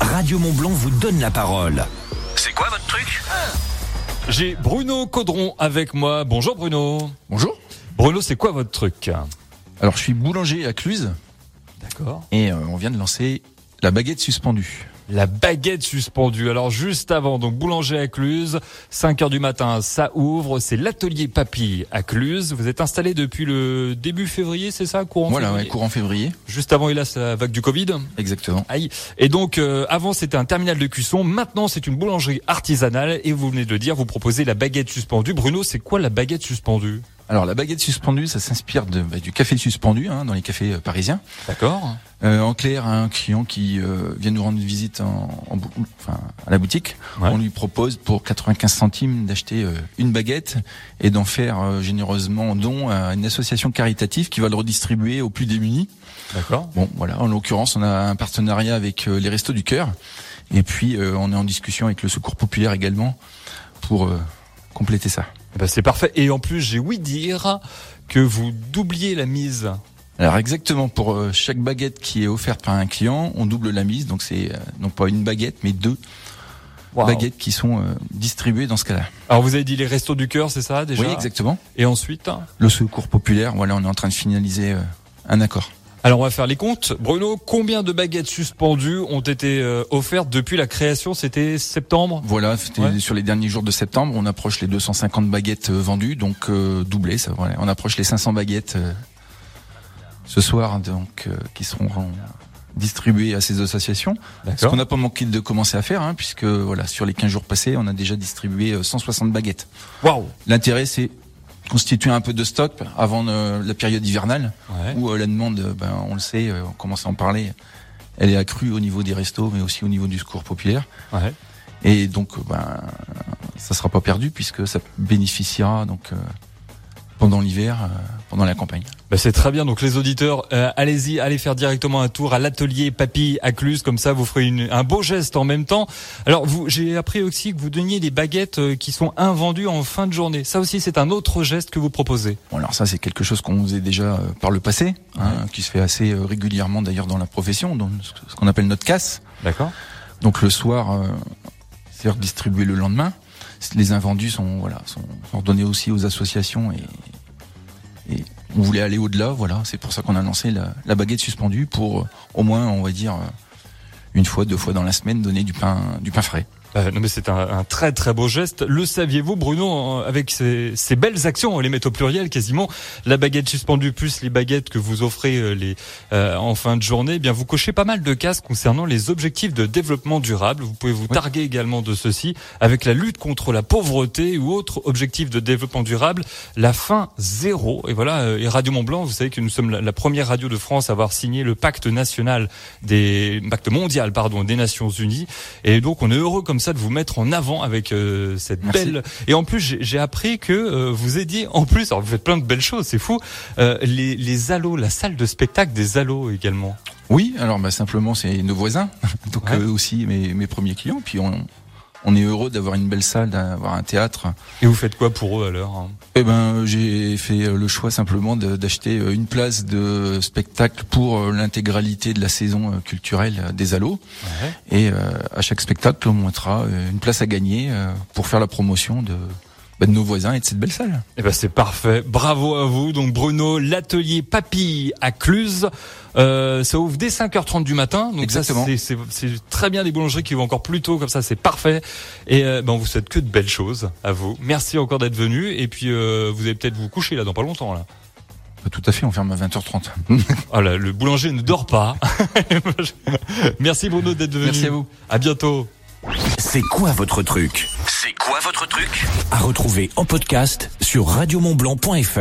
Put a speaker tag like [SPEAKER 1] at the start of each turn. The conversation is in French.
[SPEAKER 1] Radio Montblanc vous donne la parole.
[SPEAKER 2] C'est quoi votre truc
[SPEAKER 3] J'ai Bruno Caudron avec moi. Bonjour Bruno.
[SPEAKER 4] Bonjour.
[SPEAKER 3] Bruno, c'est quoi votre truc
[SPEAKER 4] Alors, je suis boulanger à Cluse
[SPEAKER 3] D'accord.
[SPEAKER 4] et euh, on vient de lancer la baguette suspendue.
[SPEAKER 3] La baguette suspendue. Alors juste avant, donc boulanger à Cluse, 5 heures du matin, ça ouvre. C'est l'atelier papy à Cluse. Vous êtes installé depuis le début février, c'est ça, courant
[SPEAKER 4] voilà,
[SPEAKER 3] février
[SPEAKER 4] ouais, courant février.
[SPEAKER 3] Juste avant, hélas, la vague du Covid.
[SPEAKER 4] Exactement.
[SPEAKER 3] Aïe. Et donc, euh, avant, c'était un terminal de cuisson. Maintenant, c'est une boulangerie artisanale. Et vous venez de le dire, vous proposez la baguette suspendue. Bruno, c'est quoi la baguette suspendue
[SPEAKER 4] Alors, la baguette suspendue, ça s'inspire de, bah, du café suspendu hein, dans les cafés euh, parisiens.
[SPEAKER 3] D'accord.
[SPEAKER 4] Euh, en clair, un client qui euh, vient nous rendre visite en, en bou- enfin, à la boutique,
[SPEAKER 3] Ouais.
[SPEAKER 4] on lui propose pour 95 centimes d'acheter euh, une baguette et d'en faire euh, généreusement don à une association caritative qui va le redistribuer aux plus démunis.
[SPEAKER 3] D'accord.
[SPEAKER 4] Bon, voilà. En l'occurrence, on a un partenariat avec euh, les Restos du Cœur. Et puis, euh, on est en discussion avec le Secours Populaire également pour euh, compléter ça.
[SPEAKER 3] Eh ben, c'est parfait. Et en plus, j'ai ouï dire que vous doubliez la mise.
[SPEAKER 4] Alors exactement, pour euh, chaque baguette qui est offerte par un client, on double la mise. Donc c'est euh, non pas une baguette, mais deux
[SPEAKER 3] Waouh.
[SPEAKER 4] baguettes qui sont euh, distribuées dans ce cas-là.
[SPEAKER 3] Alors, vous avez dit les restos du cœur, c'est ça déjà
[SPEAKER 4] Oui, exactement.
[SPEAKER 3] Et ensuite
[SPEAKER 4] Le Secours Populaire, voilà, on est en train de finaliser euh, un accord.
[SPEAKER 3] Alors, on va faire les comptes. Bruno, combien de baguettes suspendues ont été euh, offertes depuis la création C'était septembre
[SPEAKER 4] Voilà, c'était
[SPEAKER 3] Ouais.
[SPEAKER 4] sur les derniers jours de septembre, on approche les 250 baguettes euh, vendues, donc euh, doublé, ça, voilà. on approche les 500 baguettes euh, ce soir, donc euh, qui seront euh, distribuées à ces associations. Ce qu'on n'a pas manqué de commencer à faire, hein, puisque voilà, sur les 15 jours passés, on a déjà distribué euh, 160 baguettes.
[SPEAKER 3] Waouh
[SPEAKER 4] L'intérêt, c'est constituer un peu de stock avant euh, la période hivernale,
[SPEAKER 3] Ouais.
[SPEAKER 4] où euh, la demande, euh, ben, on le sait, euh, on commence à en parler, elle est accrue au niveau des restos, mais aussi au niveau du secours populaire.
[SPEAKER 3] Ouais.
[SPEAKER 4] Et donc, euh, ben, ça sera pas perdu puisque ça bénéficiera donc euh, pendant l'hiver, euh, pendant la campagne.
[SPEAKER 3] Bah, c'est très bien. Donc les auditeurs, euh, allez-y, allez faire directement un tour à l'atelier Papy à Cluse. Comme ça, vous ferez une- un beau geste en même temps. Alors, vous, j'ai appris aussi que vous donniez des baguettes euh, qui sont invendues en fin de journée. Ça aussi, c'est un autre geste que vous proposez.
[SPEAKER 4] Bon, alors ça, c'est quelque chose qu'on faisait déjà euh, par le passé, hein, qui se fait assez euh, régulièrement d'ailleurs dans la profession, dans ce ce qu'on appelle notre casse.
[SPEAKER 3] D'accord.
[SPEAKER 4] Donc le soir, euh, c'est redistribué le lendemain. Les invendus sont voilà sont, sont donnés aussi aux associations et, et on voulait aller au-delà. Voilà, c'est pour ça qu'on a lancé la, la baguette suspendue pour euh, au moins, on va dire. euh, une fois, deux fois dans la semaine, donner du pain, du pain frais.
[SPEAKER 3] Euh, non mais c'est un, un très très beau geste. Le saviez-vous, Bruno, en- avec ces, ces belles actions, on les met au pluriel quasiment. La baguette suspendue plus les baguettes que vous offrez euh, les euh, en fin de journée. eh bien vous cochez pas mal de cases concernant les objectifs de développement durable. Vous pouvez vous targuer également de ceci avec la lutte contre la pauvreté ou autres objectifs de développement durable. La fin zéro. Et voilà. euh, Et Radio Mont Blanc, vous savez que nous sommes la, la première radio de France à avoir signé le pacte national des pacte mondial pardon des Nations Unies. Et donc on est heureux comme ça de vous mettre en avant avec euh, cette
[SPEAKER 4] Merci.
[SPEAKER 3] belle. Et en plus j'ai j'ai appris que euh, vous aidiez en plus. Alors vous faites plein de belles choses, c'est fou. euh, les les allos, la salle de spectacle des allos également.
[SPEAKER 4] Oui, alors bah, simplement c'est nos voisins, donc
[SPEAKER 3] Ouais.
[SPEAKER 4] eux aussi mes, mes premiers clients. Puis on, on est heureux d'avoir une belle salle, d'avoir un théâtre.
[SPEAKER 3] Et vous faites quoi pour eux alors hein
[SPEAKER 4] Eh ben j'ai fait euh, le choix simplement de- d'acheter euh, une place de spectacle pour euh, l'intégralité de la saison euh, culturelle euh, des Allos. Et euh, à chaque spectacle, on montrera euh, une place à gagner euh, pour faire la promotion de, bah, de nos voisins et de cette belle salle.
[SPEAKER 3] Eh ben c'est parfait. Bravo à vous. Donc Bruno, l'atelier Papy à Cluse, euh, ça ouvre dès 5h30 du matin. Donc ça,
[SPEAKER 4] Exactement.
[SPEAKER 3] c'est- c'est c'est très bien les boulangeries qui vont encore plus tôt comme ça, c'est parfait. Et euh, ben on vous souhaite que de belles choses à vous. Merci encore d'être venu et puis euh, vous allez peut-être vous coucher là dans pas longtemps là.
[SPEAKER 4] Euh, Tout à fait, on ferme à 20h30.
[SPEAKER 3] Ah là, le boulanger ne dort pas. Merci Bruno d'être venu.
[SPEAKER 4] Merci à vous.
[SPEAKER 3] À bientôt.
[SPEAKER 1] C'est quoi votre truc
[SPEAKER 2] C'est quoi votre truc
[SPEAKER 1] À retrouver en podcast sur radiomontblanc.fr.